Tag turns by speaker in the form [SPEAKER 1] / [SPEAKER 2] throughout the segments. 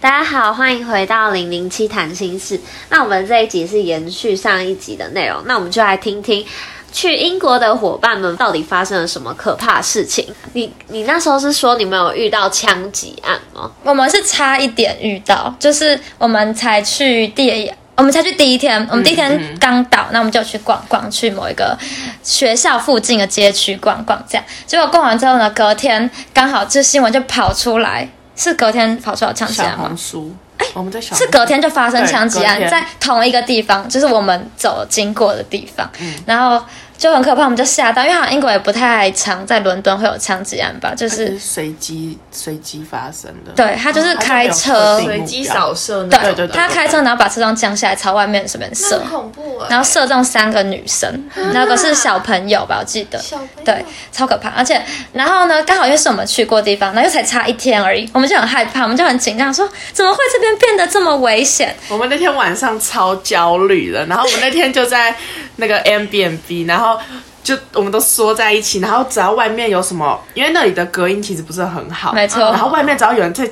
[SPEAKER 1] 大家好，欢迎回到零零七谈心事。那我们这一集是延续上一集的内容，那我们就来听听去英国的伙伴们到底发生了什么可怕的事情。你你那时候是说你们有遇到枪击案吗？
[SPEAKER 2] 我们是差一点遇到，就是我们才去第，我们才去第一天，我们第一
[SPEAKER 3] 嗯
[SPEAKER 2] 天刚到，那、我们就去逛逛，去某一个学校附近的街区逛逛，这样。结果逛完之后呢，隔天刚好这新闻就跑出来，是隔天跑出来有枪击
[SPEAKER 3] 小
[SPEAKER 2] 案吗
[SPEAKER 3] 红？书，我们在小红
[SPEAKER 2] 哎是隔天就发生枪击案
[SPEAKER 3] 对隔，天
[SPEAKER 2] 在同一个地方，就是我们走经过的地方，
[SPEAKER 3] 嗯
[SPEAKER 2] 然后就很可怕，我们就吓到，因为好像英国也不太常在伦敦会有枪击案吧，就
[SPEAKER 3] 它就是是随机随机发生的，
[SPEAKER 2] 对他就是开车
[SPEAKER 3] 哦它就没有特定目标
[SPEAKER 4] 随机扫射那
[SPEAKER 2] 对
[SPEAKER 4] 种
[SPEAKER 3] 对对对
[SPEAKER 2] 他开车然后把车窗降下来朝外面随便
[SPEAKER 4] 那
[SPEAKER 2] 射
[SPEAKER 4] 很，恐怖哎、
[SPEAKER 2] 然后射中三个女生，
[SPEAKER 3] 啊
[SPEAKER 2] 那个是小朋友吧，我记得。
[SPEAKER 4] 小朋友
[SPEAKER 2] 对，超可怕，而且然后呢，刚好因为是我们去过的地方，然后又才差一天而已，我们就很害怕，我们就很紧张，说怎么会这边变得这么危险？
[SPEAKER 3] 我们那天晚上超焦虑的，然后我们那天就在那个 M B N B，然后就我们都缩在一起，然后只要外面有什么，因为那里的隔音其实不是很好，
[SPEAKER 2] 没错
[SPEAKER 3] 然后外面只要有人在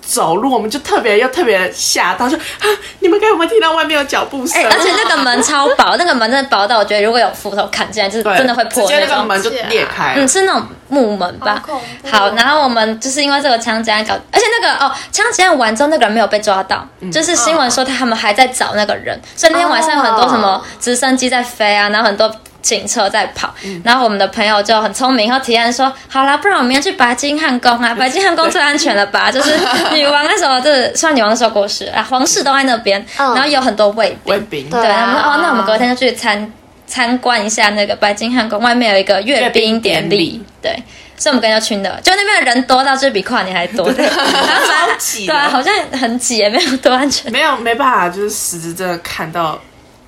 [SPEAKER 3] 走路，我们就特别又特别吓到，就啊，你们该有没有听到外面有脚步声？
[SPEAKER 2] 哎而且那个门超薄，那个门真的薄到我觉得如果有斧头砍进来，就是
[SPEAKER 3] 对
[SPEAKER 2] 真的会破
[SPEAKER 3] 直接
[SPEAKER 2] 那
[SPEAKER 3] 那个
[SPEAKER 2] 种。
[SPEAKER 3] 门就裂开了
[SPEAKER 2] 嗯，是那种木门吧
[SPEAKER 4] 好恐。怖哦
[SPEAKER 2] 好，然后我们就是因为这个枪击案搞，而且那个哦，枪击案完之后那个人没有被抓到，
[SPEAKER 4] 嗯
[SPEAKER 2] 就是新闻说他们还在找那个
[SPEAKER 4] 哦
[SPEAKER 2] 人，所以那天晚上有很多什么直升机在飞啊，然后很多。警车在跑，
[SPEAKER 4] 嗯
[SPEAKER 2] 然后我们的朋友就很聪明，然后提案说：“好啦，不然我们要去白金汉宫 啊，白金汉宫最安全了吧？ 就是女王那时候，就是虽然女王那时候过世啊，皇室都在那边，
[SPEAKER 1] 嗯
[SPEAKER 4] 哦
[SPEAKER 2] 然后有很多卫兵
[SPEAKER 3] 卫，兵，
[SPEAKER 1] 对
[SPEAKER 2] 对，然后
[SPEAKER 1] 啊
[SPEAKER 2] 哦，那我们隔天就去参参观一下那个白金汉宫，外面有一个阅兵典
[SPEAKER 3] 阅兵典
[SPEAKER 2] 礼
[SPEAKER 3] 礼，
[SPEAKER 2] 对。所以我们跟着去那，就那边的人多到就是比跨年还多，对，然后反正
[SPEAKER 3] 超挤
[SPEAKER 2] 对
[SPEAKER 3] 的
[SPEAKER 2] 啊，好像很挤，也没有多安全。
[SPEAKER 3] 没有没办法，就是实质真的看到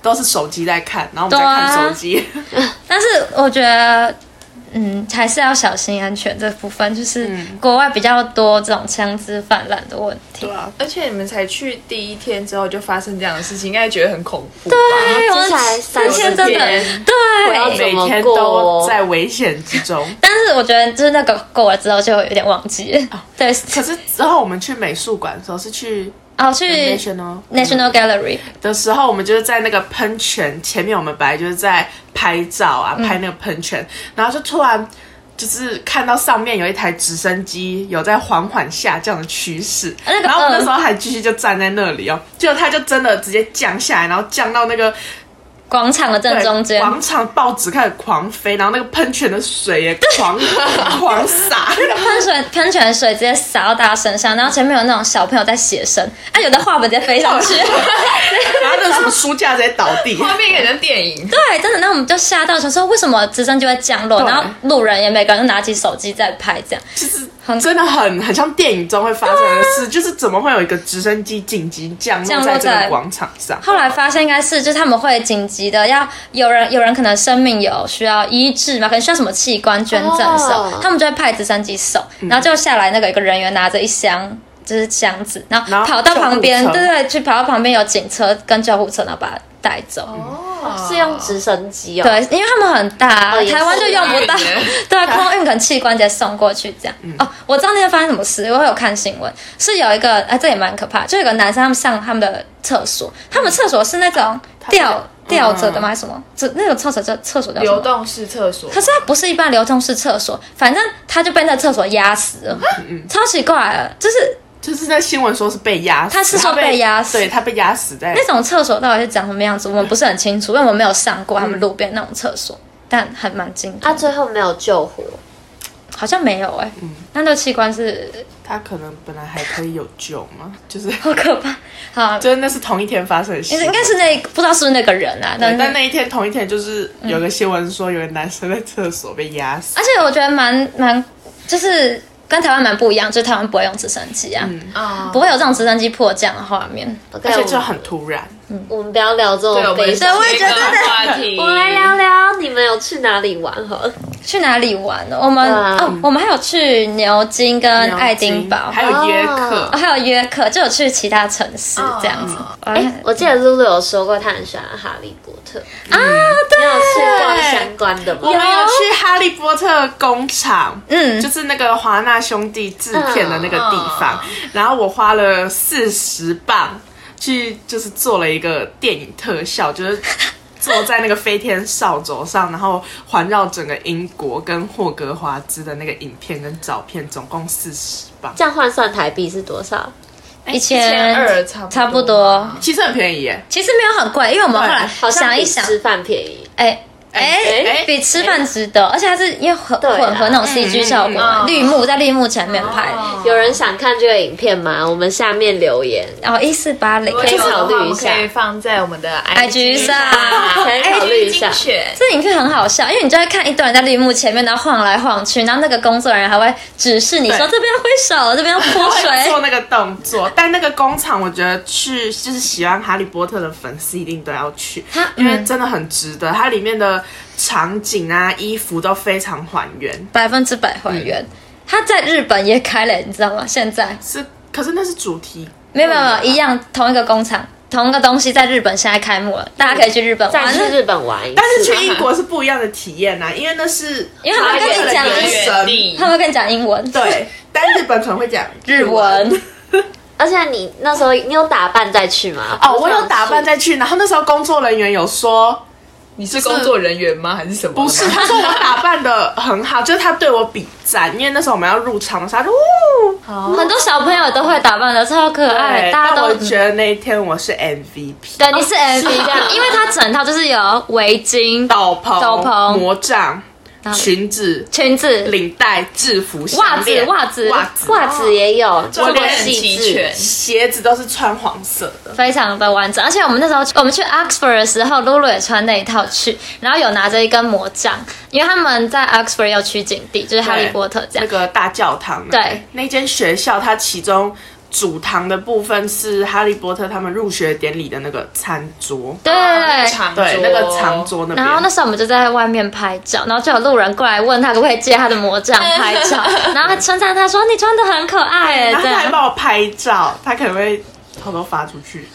[SPEAKER 3] 都是手机在看，然后我们在
[SPEAKER 2] 对啊
[SPEAKER 3] 看手 机。
[SPEAKER 2] 但是我觉得，嗯，还是要小心安全这部分，就是国外比较多这种枪支泛滥的问题。
[SPEAKER 3] 对啊，
[SPEAKER 4] 而且你们才去第一天之后就发生这样的事情，应该觉得很恐怖吧？
[SPEAKER 2] 对，啊我
[SPEAKER 1] 接下来三
[SPEAKER 2] 之前
[SPEAKER 1] 十
[SPEAKER 2] 真的
[SPEAKER 4] 天
[SPEAKER 1] 我要
[SPEAKER 2] 对，
[SPEAKER 1] 怎
[SPEAKER 3] 每
[SPEAKER 1] 么
[SPEAKER 3] 天
[SPEAKER 1] 过
[SPEAKER 3] 都在危险之中。
[SPEAKER 2] 但是我觉得就是那个过了之后就有点忘记了，对，
[SPEAKER 3] 可是之后我们去美术馆的时候是去
[SPEAKER 2] 哦去
[SPEAKER 3] National
[SPEAKER 2] National Gallery，
[SPEAKER 3] 的时候，我们就是在那个喷泉前面，我们本来就是在拍照啊，
[SPEAKER 2] 嗯
[SPEAKER 3] 拍那个喷泉，然后就突然。就是看到上面有一台直升机有在缓缓下降的趋势，
[SPEAKER 2] 那个
[SPEAKER 3] 然后我
[SPEAKER 2] 嗯
[SPEAKER 3] 们那时候还继续就站在那里哦，结果它就真的直接降下来，然后降到那个
[SPEAKER 2] 广场的正
[SPEAKER 3] 对
[SPEAKER 2] 中间，
[SPEAKER 3] 广场报纸开始狂飞，然后那个喷泉的水也 狂狂洒，
[SPEAKER 2] 喷水喷泉水直接洒到大家身上，然后前面有那种小朋友在写生，啊，有的画本直接飞上去，
[SPEAKER 3] 然后那个什么书架直接倒地，
[SPEAKER 4] 画面感像电影，
[SPEAKER 2] 对，真的，那我们就吓到，想说为什么直升机会降落，
[SPEAKER 3] 对
[SPEAKER 2] 然后路人也每个人都拿起手机在拍，这样，
[SPEAKER 3] 就是
[SPEAKER 2] 很
[SPEAKER 3] 真的很很像电影中会发生的事，就是怎么会有一个直升机紧急降
[SPEAKER 2] 啊降
[SPEAKER 3] 落
[SPEAKER 2] 落
[SPEAKER 3] 在这
[SPEAKER 2] 在
[SPEAKER 3] 个广场上？
[SPEAKER 2] 后来发现应该是，就是他们会紧急的要有人有人可能生命有需要医治嘛，可能需要什么器官捐赠的时候，
[SPEAKER 1] 哦
[SPEAKER 2] 他们就会派直升机送，然后就下来那个有个人员拿着一箱。就是箱子，然
[SPEAKER 3] 然
[SPEAKER 2] 后
[SPEAKER 3] 后
[SPEAKER 2] 跑到旁边，
[SPEAKER 3] 救护车
[SPEAKER 2] 对对，去跑到旁边有警车跟救护车，然后把他带走。
[SPEAKER 4] 哦
[SPEAKER 1] 是用直升机哦，，
[SPEAKER 2] 对，因为他们很大啊、
[SPEAKER 1] 哦也是
[SPEAKER 2] 台湾就用不到
[SPEAKER 4] 空运耶。
[SPEAKER 2] 对啊，空运可能器官直接送过去这样。哦，我知道那天发生什么事，我有看新闻，是有一个，哎、这也蛮可怕，就有个男生他们上他们的厕所，他们厕所是那种吊吊着的吗？还是什么？这那种厕所叫厕所叫什
[SPEAKER 4] 流
[SPEAKER 2] 么？
[SPEAKER 4] 动式厕所
[SPEAKER 2] 可。是它不是一般流通式厕所，反正他就被那厕所压死了，超奇怪的，就是
[SPEAKER 3] 就是在新闻说是被压死，
[SPEAKER 2] 他是说被压死
[SPEAKER 3] 对他被压死在
[SPEAKER 2] 那种厕所到底是长什么样子，我们不是很清楚，因为我们没有上过他们路边那种厕所，但还蛮惊
[SPEAKER 1] 他、
[SPEAKER 2] 恐
[SPEAKER 1] 啊、最后没有救活，
[SPEAKER 2] 好像没有哎、那那个器官是
[SPEAKER 3] 他可能本来还可以有救嘛，就是
[SPEAKER 2] 好可怕，好，
[SPEAKER 3] 就是那是同一天发生的事，
[SPEAKER 2] 应该是那不知道是不是那个人嗯啊，但
[SPEAKER 3] 对
[SPEAKER 2] 是
[SPEAKER 3] 但那一天同一天就是有个新闻说有个男生在厕所被压死，
[SPEAKER 2] 而且我觉得蛮蛮就是跟台湾蛮不一样，就是台湾不会用直升机啊，
[SPEAKER 4] 啊
[SPEAKER 2] 不会有这种直升机迫降的画面。
[SPEAKER 1] OK，
[SPEAKER 3] 而且
[SPEAKER 1] 我
[SPEAKER 3] 就
[SPEAKER 1] 们
[SPEAKER 3] 很突然，
[SPEAKER 1] 我们不要聊这种悲
[SPEAKER 4] 对，
[SPEAKER 1] 伤，
[SPEAKER 2] 我也觉得
[SPEAKER 4] 这个话题
[SPEAKER 1] 我们来聊聊你们有去哪里玩好了。
[SPEAKER 2] 去哪里玩了？我们、
[SPEAKER 1] 对啊
[SPEAKER 2] 哦，我们还有去牛津跟
[SPEAKER 3] 牛津
[SPEAKER 2] 爱丁堡，
[SPEAKER 3] 还有约克。
[SPEAKER 2] 哦，还有约克，就有去其他城市这样子。哎、
[SPEAKER 1] 哎、我记得露露有说过她很喜欢哈利波特
[SPEAKER 2] 哎
[SPEAKER 1] 啊，对，你有去逛相关的吗？
[SPEAKER 3] 我们有去哈利波特工厂，
[SPEAKER 2] 嗯
[SPEAKER 3] 就是那个华纳兄弟制片的那个地方，然后我花了四十磅去，就是做了一个电影特效，就是。坐在那个飞天扫帚上，然后环绕整个英国跟霍格华兹的那个影片跟照片，总共四十磅，
[SPEAKER 1] 这样换算台币是多少？
[SPEAKER 2] 一
[SPEAKER 4] 千
[SPEAKER 2] 千
[SPEAKER 4] 二差不多
[SPEAKER 2] 差不多，
[SPEAKER 3] 其实很便宜耶。
[SPEAKER 2] 其实没有很贵，因为我们后来
[SPEAKER 1] 好像
[SPEAKER 2] 想一
[SPEAKER 1] 比
[SPEAKER 2] 想，
[SPEAKER 1] 吃饭便宜。
[SPEAKER 2] 哎哎
[SPEAKER 3] 哎，
[SPEAKER 2] 比吃饭值得，而且它是因为混
[SPEAKER 1] 对啊
[SPEAKER 2] 混合那种 CG 效果嘛，
[SPEAKER 4] 嗯嗯嗯
[SPEAKER 2] 绿幕在绿幕前面拍，
[SPEAKER 4] 哦
[SPEAKER 1] 有人想看这个影片吗？我们下面留言。
[SPEAKER 2] 然后哦一四八零，
[SPEAKER 4] 可以
[SPEAKER 1] 考虑
[SPEAKER 4] 的话我们
[SPEAKER 1] 一下
[SPEAKER 4] 可以放在我们的
[SPEAKER 2] IG 上
[SPEAKER 1] 可以考虑一下
[SPEAKER 4] IG 精选
[SPEAKER 2] 这影片很好笑，因为你就会看一堆人在绿幕前面，然后晃来晃去，然后那个工作人员还会指示你说这
[SPEAKER 3] 对
[SPEAKER 2] 边挥手，这边要泼
[SPEAKER 3] 会做
[SPEAKER 2] 水。
[SPEAKER 3] 那个动作，但那个工厂，我觉得去就是喜欢哈利波特的粉丝一定都要去
[SPEAKER 2] 它，
[SPEAKER 3] 因为
[SPEAKER 2] 嗯
[SPEAKER 3] 真的很值得。它里面的场景啊、衣服都非常还原。
[SPEAKER 2] 百分之百还原。他在日本也开了，你知道吗？现在
[SPEAKER 3] 是，可是那是主题，
[SPEAKER 2] 没有没有没有一样，同一个工厂，同一个东西在日本现在开幕了，大家可以去日本玩
[SPEAKER 1] 再。去日本玩一次，
[SPEAKER 3] 但是去英国是不一样的体验呐、啊，因为那是
[SPEAKER 2] 因为他们跟你讲
[SPEAKER 3] 它的原神
[SPEAKER 4] 地
[SPEAKER 2] 他们会跟你讲英文，
[SPEAKER 3] 对，但日本可能会讲
[SPEAKER 2] 日文。
[SPEAKER 1] 而且你那时候你有打扮再去吗？
[SPEAKER 3] 哦，我有打扮再去，然后那时候工作人员有说，
[SPEAKER 4] 你是工作人员吗？还是什么？
[SPEAKER 3] 不是，他说我打扮的很好，就是他对我比赞，因为那时候我们要入场的时候，他说呜，
[SPEAKER 4] 哦
[SPEAKER 2] 很多小朋友都会打扮的超可爱，
[SPEAKER 3] 对，
[SPEAKER 2] 哎大家
[SPEAKER 3] 哎但
[SPEAKER 2] 都
[SPEAKER 3] 我觉得那一天我是 MVP。
[SPEAKER 2] 对哦你是哦 M
[SPEAKER 1] 是这样
[SPEAKER 2] V，因为它整套就是有围巾、
[SPEAKER 3] 斗篷、
[SPEAKER 2] 斗篷
[SPEAKER 3] 魔杖、
[SPEAKER 2] 然后
[SPEAKER 3] 裙子、
[SPEAKER 2] 裙子、
[SPEAKER 3] 领带、制服、
[SPEAKER 2] 袜
[SPEAKER 3] 项链
[SPEAKER 2] 子、袜子
[SPEAKER 3] 袜、子、
[SPEAKER 1] 袜子也有，
[SPEAKER 4] 做
[SPEAKER 1] 这
[SPEAKER 4] 得
[SPEAKER 1] 么
[SPEAKER 4] 很
[SPEAKER 1] 细
[SPEAKER 4] 齐
[SPEAKER 1] 致
[SPEAKER 4] 全。
[SPEAKER 3] 鞋子都是穿黄色的。
[SPEAKER 2] 非常的完整，而且我们那时候我们去 Oxford 的时候，露露也穿那一套去，然后有拿着一根魔杖，因为他们在 Oxford 要取景地，就是哈利波特这
[SPEAKER 3] 那
[SPEAKER 2] 样。
[SPEAKER 3] 个大教堂，
[SPEAKER 2] 对，
[SPEAKER 3] 那间学校它其中主堂的部分是哈利波特他们入学典礼的那个餐桌，
[SPEAKER 2] 对对对。
[SPEAKER 4] 长
[SPEAKER 3] 对，那个长桌那边。
[SPEAKER 2] 然后那时候我们就在外面拍照，然后就有路人过来问他可不可以借他的魔杖拍照， 然后他称赞他说你穿的很可爱
[SPEAKER 3] 然
[SPEAKER 2] 哎，
[SPEAKER 3] 后
[SPEAKER 2] 这
[SPEAKER 3] 他还
[SPEAKER 2] 样，
[SPEAKER 3] 帮我拍照，他可能会偷偷发出 去。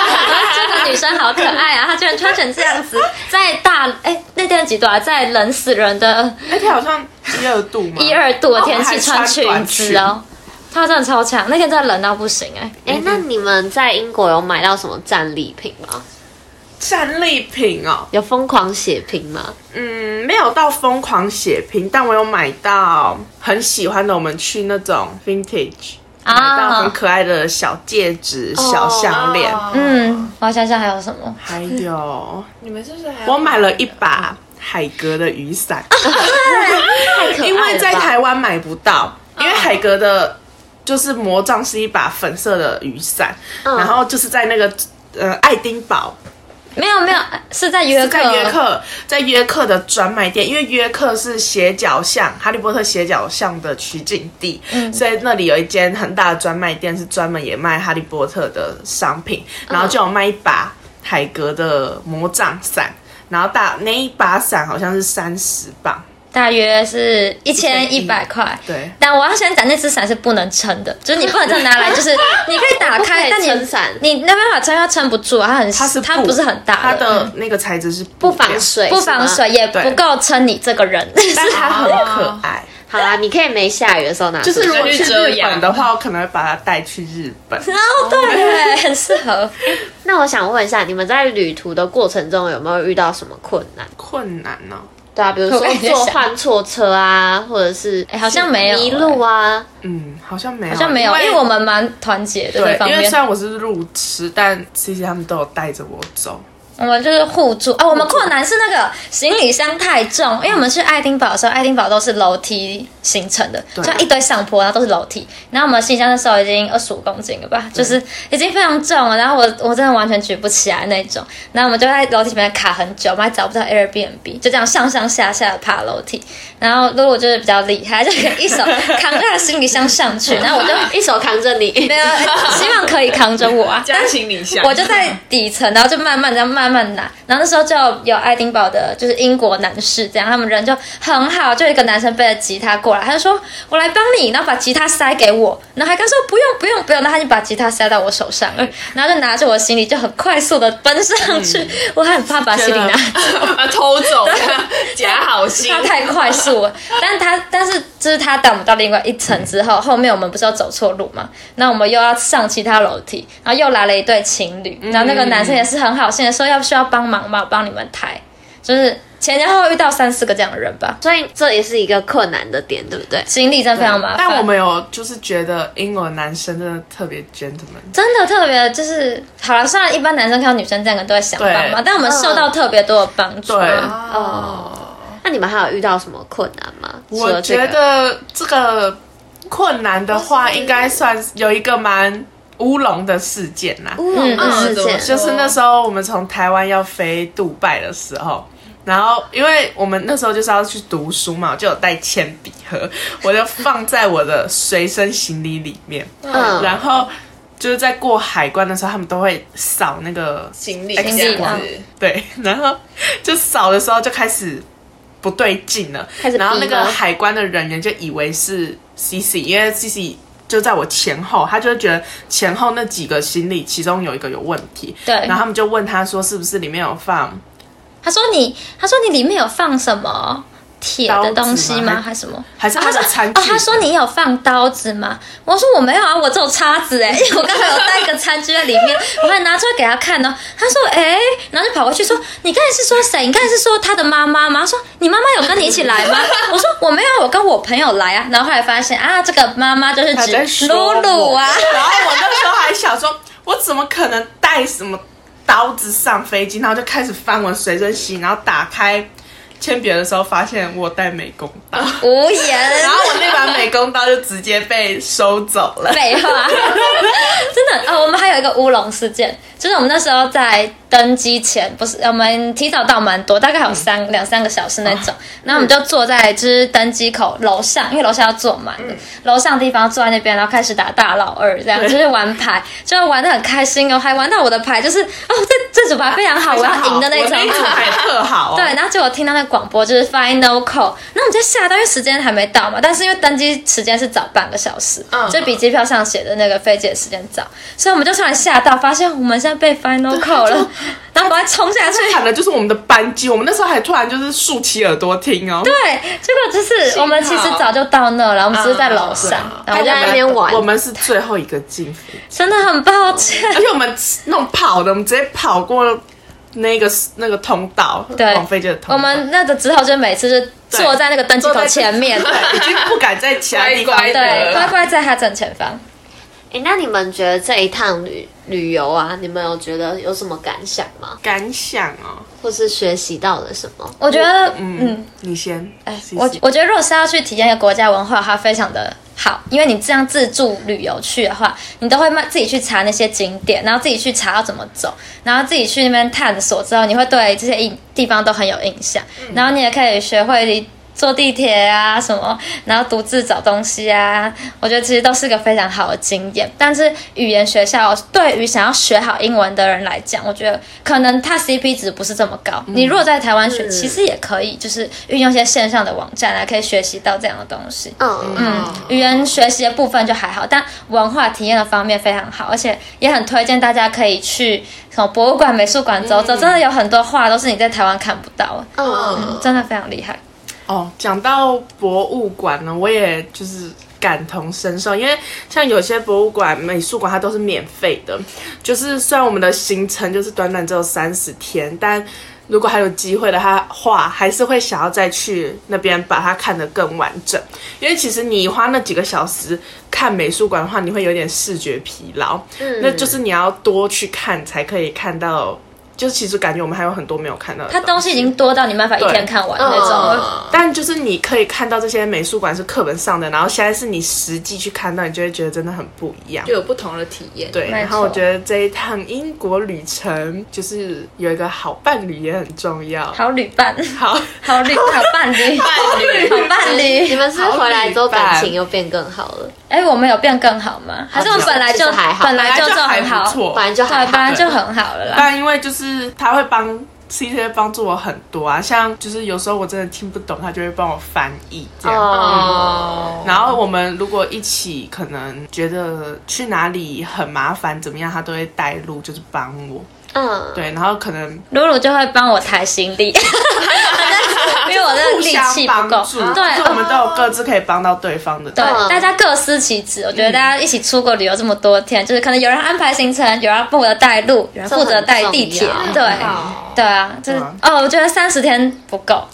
[SPEAKER 2] 这个女生好可爱啊，她居然穿成这样子，在大哎那天几度啊，在冷死人的
[SPEAKER 3] 那天好像一二度嘛，
[SPEAKER 2] 一二度的天
[SPEAKER 3] 哦
[SPEAKER 2] 气
[SPEAKER 3] 还
[SPEAKER 2] 穿裙
[SPEAKER 3] 短
[SPEAKER 2] 子哦， 她真的超强，那天真的冷到不行哎、
[SPEAKER 1] 哎、那你们在英国有买到什么战利品吗？
[SPEAKER 3] 战利品哦，
[SPEAKER 1] 有疯狂血拼吗？
[SPEAKER 3] 嗯，没有到疯狂血拼，但我有买到很喜欢的。我们去那种 vintage，、买
[SPEAKER 1] 啊
[SPEAKER 3] 到很可爱的小戒指、小项链，
[SPEAKER 1] 哦
[SPEAKER 2] 嗯，我想想还有什么？
[SPEAKER 3] 还有
[SPEAKER 4] 哦你们是不是还要
[SPEAKER 3] 我买了一把海格的 雨伞，
[SPEAKER 1] 太可爱了吧
[SPEAKER 3] 因为在台湾买不到，因为海格的就是魔杖是一把粉色的雨伞，
[SPEAKER 1] 嗯
[SPEAKER 3] 然后就是在那个呃爱丁堡
[SPEAKER 2] 没有没有，是在约
[SPEAKER 3] 是
[SPEAKER 2] 克，
[SPEAKER 3] 在约克，在约克的专卖店，因为约克是斜角巷《哈利波特》斜角巷的取景地，所以那里有一间很大的专卖店，是专门也卖《哈利波特》的商品，然后就有卖一把海格的魔杖伞，然后大那一把伞好像是三十磅，
[SPEAKER 2] 大约是一千一百块。
[SPEAKER 3] 对。
[SPEAKER 2] 但我要先讲，那只伞是不能撑的，就是你不能这样拿来，就是 你可以打
[SPEAKER 1] 我不可
[SPEAKER 2] 开，
[SPEAKER 1] 以
[SPEAKER 2] 但你
[SPEAKER 1] 撑伞
[SPEAKER 2] 你没办法撑，它撑不住啊，它很
[SPEAKER 3] 它是
[SPEAKER 2] 它
[SPEAKER 3] 布
[SPEAKER 2] 不是很大
[SPEAKER 3] 它
[SPEAKER 2] 的，
[SPEAKER 3] 的那个材质是
[SPEAKER 1] 不
[SPEAKER 3] 不
[SPEAKER 1] 防，水，
[SPEAKER 2] 不防
[SPEAKER 1] 是吗。
[SPEAKER 2] 水也
[SPEAKER 3] 对
[SPEAKER 2] 不够撑你这个人。
[SPEAKER 3] 但它很可爱。
[SPEAKER 1] 好啦，你可以没下雨的时候拿出
[SPEAKER 3] 就
[SPEAKER 1] 来，
[SPEAKER 3] 是如果去
[SPEAKER 4] 遮
[SPEAKER 3] 日
[SPEAKER 4] 阳
[SPEAKER 3] 本的话，我可能会把它带去日本。
[SPEAKER 2] 哦，对，很适 合。
[SPEAKER 1] 那我想问一下，你们在旅途的过程中有没有遇到什么困难？
[SPEAKER 3] 困难哦呢、
[SPEAKER 1] 对啊，比如
[SPEAKER 2] 我
[SPEAKER 1] 说
[SPEAKER 2] 刚才在
[SPEAKER 1] 坐
[SPEAKER 2] 想
[SPEAKER 1] 换错车啊，或者是
[SPEAKER 2] 哎好像没有哎
[SPEAKER 1] 迷路啊，
[SPEAKER 3] 嗯，好像没有，
[SPEAKER 2] 好像没有，因为我们蛮团结的
[SPEAKER 3] 对
[SPEAKER 2] 这，方
[SPEAKER 3] 因为
[SPEAKER 2] 面
[SPEAKER 3] 虽，然我是路痴，但 C C 他们都有带着我走。
[SPEAKER 2] 我们就是互助啊。我们困难是那个行李箱太重，因为我们去爱丁堡的时候，爱丁堡都是楼梯形成的，就一堆上坡，然后都是楼梯。然后我们行李箱那时候已经二十五公斤了吧，就是已经非常重了。然后我我真的完全举不起来那种。然后我们就在楼梯里面卡很久，我们还找不到 Airbnb，就这样上上下下的爬楼梯。然后露露就是比较厉害，就可以一手扛着她的行李箱上去， 然后我就
[SPEAKER 1] 一手扛着你，
[SPEAKER 2] 没有希望可以扛着我啊。
[SPEAKER 4] 加行李箱？
[SPEAKER 2] 我就在底层，然后就慢慢这样慢慢慢拿。然后那时候就有爱丁堡的，就是英国男士这样，他们人就很好，就有一个男生背着吉他过来，他就说我来帮你，然后把吉他塞给我，然后还跟他说不用不用不用，然后他就把吉他塞到我手上了，然后就拿着我行李就很快速的奔上去，我很怕把行李 拿
[SPEAKER 4] 把它啊偷走，假好心
[SPEAKER 2] 他。太快速了，但是他但是就是他带我们到另外一层之后，后面我们不是要走错路嘛？那我们又要上其他楼梯，然后又来了一对情侣，
[SPEAKER 3] 嗯
[SPEAKER 2] 然后那个男生也是很好心的说要需要帮忙嘛，我帮你们抬，就是前前后后遇到三四个这样的人吧，
[SPEAKER 1] 所以这也是一个困难的点，对不对？
[SPEAKER 2] 经历真的非常麻烦。
[SPEAKER 3] 但我们有就是觉得英国男生真的特别 gentleman，
[SPEAKER 2] 真的特别就是好了，虽然一般男生看到女生这样可能都会想帮忙
[SPEAKER 3] 对，嗯
[SPEAKER 2] 但我们受到特别多的帮助。
[SPEAKER 3] 对。
[SPEAKER 1] 哦，那你们还有遇到什么困难吗？除
[SPEAKER 3] 我
[SPEAKER 1] 了这
[SPEAKER 3] 觉
[SPEAKER 1] 个
[SPEAKER 3] 得这个困难的话，应该算是有一个蛮乌龙的事件呐、
[SPEAKER 1] 乌龙的事
[SPEAKER 4] 嗯
[SPEAKER 1] 件
[SPEAKER 4] 嗯，
[SPEAKER 3] 就是那时候我们从台湾要飞杜拜的时候，然后因为我们那时候就是要去读书嘛，我就有带铅笔盒，我就放在我的随身行李里面，
[SPEAKER 1] 嗯
[SPEAKER 3] 然后就是在过海关的时候，他们都会扫那个
[SPEAKER 4] 行李
[SPEAKER 3] 行李
[SPEAKER 4] 这样
[SPEAKER 2] 啊
[SPEAKER 4] 子，
[SPEAKER 3] 对， 然后就扫的时候就开始不对劲了，
[SPEAKER 1] 开始逼
[SPEAKER 3] 然后那个
[SPEAKER 1] 吗
[SPEAKER 3] 海关的人员就以为是 CC，因为 CC 就在我前后，他就会觉得前后那几个行李其中有一个有问题，
[SPEAKER 2] 对
[SPEAKER 3] 然后他们就问他说是不是里面有放
[SPEAKER 2] 他说你，他说你里面有放什么铁的东西
[SPEAKER 3] 刀子
[SPEAKER 2] 吗？
[SPEAKER 3] 吗
[SPEAKER 2] 还是什么？
[SPEAKER 3] 还是
[SPEAKER 2] 啊
[SPEAKER 3] 他的
[SPEAKER 2] 说
[SPEAKER 3] 餐具
[SPEAKER 2] 哦，他说你有放刀子吗？我说我没有啊，我只有叉子哎、 因为我刚才有带一个餐具在里面， 我还拿出来给他看呢、他说哎、然后就跑过去说你刚才是说谁？你刚才是说他的妈妈吗？他说你妈妈有跟你一起来吗？ 我说我没有啊，我跟我朋友来啊。然后后来发现啊，这个妈妈就是
[SPEAKER 3] 他在
[SPEAKER 2] 指
[SPEAKER 3] 说
[SPEAKER 2] 露
[SPEAKER 3] 我
[SPEAKER 2] 露 啊。
[SPEAKER 3] 然后我那时候还想说，我怎么可能带什么刀子上飞机？然后就开始翻我随身行，然后打开铅笔的时候，发现我带美工刀，
[SPEAKER 2] 无言。
[SPEAKER 3] 然后我那把美工刀就直接被收走了。
[SPEAKER 2] 废话， 真的哦，我们还有一个乌龙事件，就是我们那时候在登机前，不是我们提早到蛮多，大概有三两、三个小时那
[SPEAKER 3] 哦
[SPEAKER 2] 种。然后
[SPEAKER 3] 嗯
[SPEAKER 2] 我们就坐在就是登机口楼上，因为楼下要坐满
[SPEAKER 3] 嗯
[SPEAKER 2] 的，楼、上的地方坐在那边，然后开始打大老二，这样就是玩牌，就玩的很开心哦，还玩到我的牌就是哦，这这组牌非常好，我要赢的那
[SPEAKER 3] 我
[SPEAKER 2] 种
[SPEAKER 3] 那一。组还特好、哦，
[SPEAKER 2] 对，，然后结果听到那广播就是 final call，那我们就吓到，因为时间还没到嘛，但是因为登机时间是早半个小时，
[SPEAKER 4] 嗯
[SPEAKER 2] 就比机票上写的那个飞机的时间早，所以我们就突然吓到，发现我们现在被 final call 了，然后赶快冲下 去。
[SPEAKER 3] 喊的就是我们的班机，我们那时候还突然就是竖起耳朵听哦。
[SPEAKER 2] 对，结果就是我们其实早就到那了，我们只是在楼上，然后
[SPEAKER 3] 啊
[SPEAKER 1] 还
[SPEAKER 2] 我
[SPEAKER 1] 在那
[SPEAKER 2] 们
[SPEAKER 1] 边玩
[SPEAKER 3] 我，们是最后一个进飞机，
[SPEAKER 2] 真的很抱歉。
[SPEAKER 3] 而且我们弄跑的，我们直接跑过那个那个通道，
[SPEAKER 2] 对
[SPEAKER 3] 往 飞机的通道。
[SPEAKER 2] 我们那个之后就每次就坐在那个登机口前面，
[SPEAKER 3] 对，已经不敢在其他地方。
[SPEAKER 4] 乖乖
[SPEAKER 2] 对，乖乖在他正前方。
[SPEAKER 1] 哎，那你们觉得这一趟旅旅游啊，你们有觉得有什么感想吗？
[SPEAKER 3] 感想哦，
[SPEAKER 1] 或是学习到了什么？
[SPEAKER 2] 我觉得，嗯
[SPEAKER 3] 嗯，你先，哎
[SPEAKER 2] 我我觉得，如果是要去体验一个国家文化，它非常的好，因为你这样自助旅游去的话，你都会慢自己去查那些景点，然后自己去查要怎么走，然后自己去那边探索之后，你会对这些印地方都很有印象，然后你也可以学会坐地铁啊什么，然后独自找东西啊，我觉得其实都是个非常好的经验。但是语言学校对于想要学好英文的人来讲，我觉得可能它 CP 值不是这么高。你如果在台湾学，其实也可以，就是运用一些线上的网站啊来可以学习到这样的东西。
[SPEAKER 1] 嗯
[SPEAKER 2] 嗯，语言学习的部分就还好，但文化体验的方面非常好，而且也很推荐大家可以去什么博物馆、美术馆走走，真的有很多画都是你在台湾看不到的，
[SPEAKER 1] 嗯，
[SPEAKER 2] 真的非常厉害。
[SPEAKER 3] 哦，讲到博物馆呢，我也就是感同身受，因为像有些博物馆、美术馆它都是免费的，就是虽然我们的行程就是短短只有三十天，但如果还有机会的话，话还是会想要再去那边把它看得更完整，因为其实你花那几个小时看美术馆的话，你会有点视觉疲劳，
[SPEAKER 2] 嗯
[SPEAKER 3] 那就是你要多去看才可以看到。就是其实感觉我们还有很多没有看到的
[SPEAKER 2] 它东西已经多到你没办法一天看完那种了。
[SPEAKER 3] 但就是你可以看到这些美术馆是课本上的，然后现在是你实际去看到，你就会觉得真的很不一样
[SPEAKER 4] 就。有不同的体验。
[SPEAKER 3] 对，
[SPEAKER 2] 没错
[SPEAKER 3] 然后我觉得这一趟英国旅程就是有一个好伴侣也很重要。
[SPEAKER 2] 好旅伴，
[SPEAKER 3] 好，
[SPEAKER 2] 好旅，好伴侣，
[SPEAKER 4] 伴侣
[SPEAKER 2] 好伴
[SPEAKER 1] 你
[SPEAKER 2] 里？
[SPEAKER 1] 们是不是回来之后感情又变更好了，
[SPEAKER 2] 哎，我们有变更好吗？还是我们本来
[SPEAKER 1] 其实
[SPEAKER 2] 就
[SPEAKER 1] 还好
[SPEAKER 2] 本来就
[SPEAKER 3] 本来就还
[SPEAKER 2] 很
[SPEAKER 3] 不
[SPEAKER 2] 好，
[SPEAKER 3] 错
[SPEAKER 1] 反正就还好
[SPEAKER 2] 对，本来就很好了 啦。
[SPEAKER 3] 但因为就是他会帮 C T 帮助我很多啊，像就是有时候我真的听不懂，他就会帮我翻译这样。
[SPEAKER 1] 哦，
[SPEAKER 3] 然后我们如果一起，可能觉得去哪里很麻烦，怎么样，他都会带路，就是帮我。
[SPEAKER 1] 嗯，
[SPEAKER 3] 对，然后可能
[SPEAKER 2] 露露就会帮我抬行 李， 因为我真的
[SPEAKER 3] 互
[SPEAKER 2] 力
[SPEAKER 3] 相
[SPEAKER 2] 气
[SPEAKER 3] 帮
[SPEAKER 2] 不够啊
[SPEAKER 3] 助，，
[SPEAKER 2] 对
[SPEAKER 3] 就是我们都有各自可以帮到对方的。
[SPEAKER 2] 对，
[SPEAKER 1] 嗯
[SPEAKER 2] 大家各司其职。我觉得大家一起出国旅游这么多
[SPEAKER 1] 嗯
[SPEAKER 2] 天，就是可能有人安排行程，有人负责带路，有人负责带地铁
[SPEAKER 1] 这很，重
[SPEAKER 2] 对
[SPEAKER 1] 要，
[SPEAKER 4] 好
[SPEAKER 2] 对啊，就是
[SPEAKER 3] 对啊
[SPEAKER 2] 哦，我觉得三十天不够。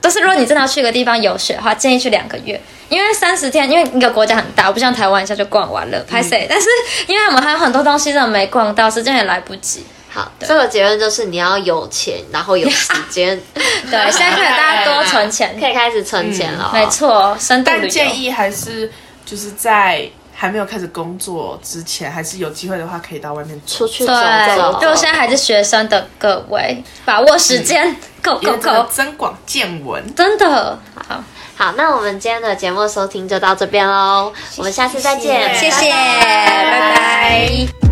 [SPEAKER 2] 但是如果你真的要去一个地方游学的话，建议去两个月，因为三十天，因为一个国家很大，我不像台湾一下就逛完了，拍
[SPEAKER 1] 嗯
[SPEAKER 2] 谁？但是因为我们还有很多东西真的没逛到，时间也来不及。
[SPEAKER 1] 好，这个结论就是你要有钱，然后有时间，
[SPEAKER 2] 对，现在开始大家多存钱，
[SPEAKER 1] 可以开始存钱了哦。
[SPEAKER 2] 嗯没错，深度旅
[SPEAKER 3] 但
[SPEAKER 2] 游。
[SPEAKER 3] 建议还是就是在还没有开始工作之前，还是有机会的话，可以到外面
[SPEAKER 1] 出
[SPEAKER 3] 出
[SPEAKER 1] 去走
[SPEAKER 2] 对，
[SPEAKER 1] 走，
[SPEAKER 2] 就现在还是学生的各位，把握时间，够
[SPEAKER 3] 因
[SPEAKER 2] 够
[SPEAKER 3] 为真的
[SPEAKER 2] 够，
[SPEAKER 3] 增广见闻。
[SPEAKER 2] 嗯真的好，
[SPEAKER 1] 好，那我们今天的节目收听就到这边喽，我们下次再见，
[SPEAKER 2] 谢谢，
[SPEAKER 1] 拜拜
[SPEAKER 2] 拜拜